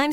I'm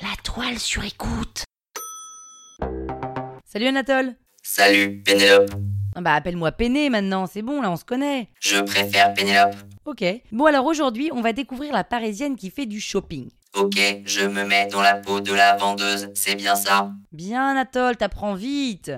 La toile sur écoute. Salut Anatole. Salut Pénélope, Ah bah appelle-moi Péné maintenant, c'est bon, là on se connaît. je préfère Pénélope. Ok. Bon alors aujourd'hui, on va découvrir la Parisienne qui fait du shopping. Ok, je me mets dans la peau de la vendeuse, c'est bien ça. Bien Anatole, t'apprends vite.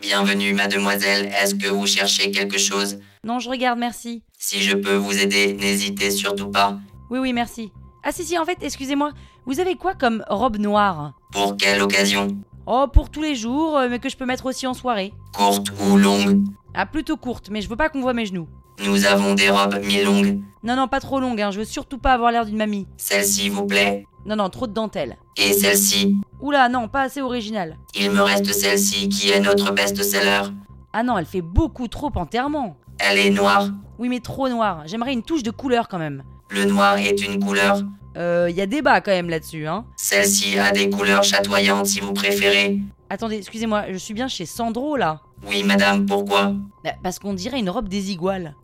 Bienvenue mademoiselle, est-ce que vous cherchez quelque chose Non, je regarde, merci. Si je peux vous aider, n'hésitez surtout pas. Oui, oui, merci. Ah si, si, en fait, excusez-moi, vous avez quoi comme robe noire Pour quelle occasion Oh, pour tous les jours, euh, mais que je peux mettre aussi en soirée. Courte ou longue Ah, plutôt courte, mais je veux pas qu'on voit mes genoux. Nous avons des robes mi-longues. Non, non, pas trop longue, hein, je veux surtout pas avoir l'air d'une mamie. Celle-ci vous plaît Non, non, trop de dentelle. Et celle-ci Oula, non, pas assez original. Il me reste celle-ci qui est notre best-seller. Ah non, elle fait beaucoup trop enterrement. Elle est noire. Oui, mais trop noire. J'aimerais une touche de couleur quand même. Le noir est une couleur. Euh, y a débat quand même là-dessus, hein. Celle-ci a des couleurs chatoyantes si vous préférez. Attendez, excusez-moi, je suis bien chez Sandro là. Oui madame, pourquoi Bah, parce qu'on dirait une robe désiguale.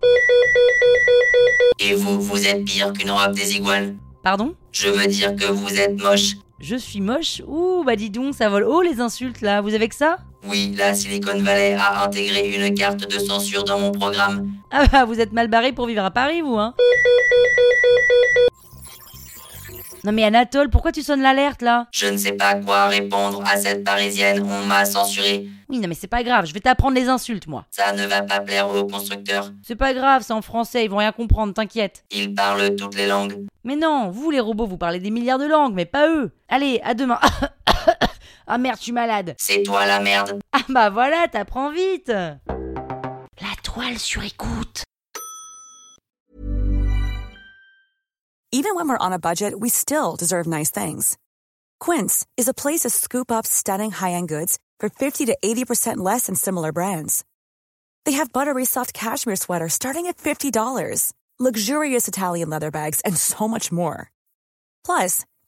Et vous, vous êtes pire qu'une robe désiguale. Pardon Je veux dire que vous êtes moche. Je suis moche Ouh, bah dis donc, ça vole haut les insultes là, vous avez que ça Oui, la Silicon Valley a intégré une carte de censure dans mon programme. Ah bah, vous êtes mal barré pour vivre à Paris, vous, hein Non mais Anatole, pourquoi tu sonnes l'alerte là Je ne sais pas quoi répondre à cette parisienne, on m'a censuré. Oui, non mais c'est pas grave, je vais t'apprendre les insultes, moi. Ça ne va pas plaire au constructeur. C'est pas grave, c'est en français, ils vont rien comprendre, t'inquiète. Il parle toutes les langues. Mais non, vous les robots, vous parlez des milliards de langues, mais pas eux. Allez, à demain. ah merde, je suis malade. C'est toi la merde. Ah bah voilà, t'apprends vite La toile sur écoute Even when we're on a budget, we still deserve nice things. Quince is a place to scoop up stunning high-end goods for 50 to 80% less than similar brands. They have buttery soft cashmere sweaters starting at $50, luxurious Italian leather bags, and so much more. Plus,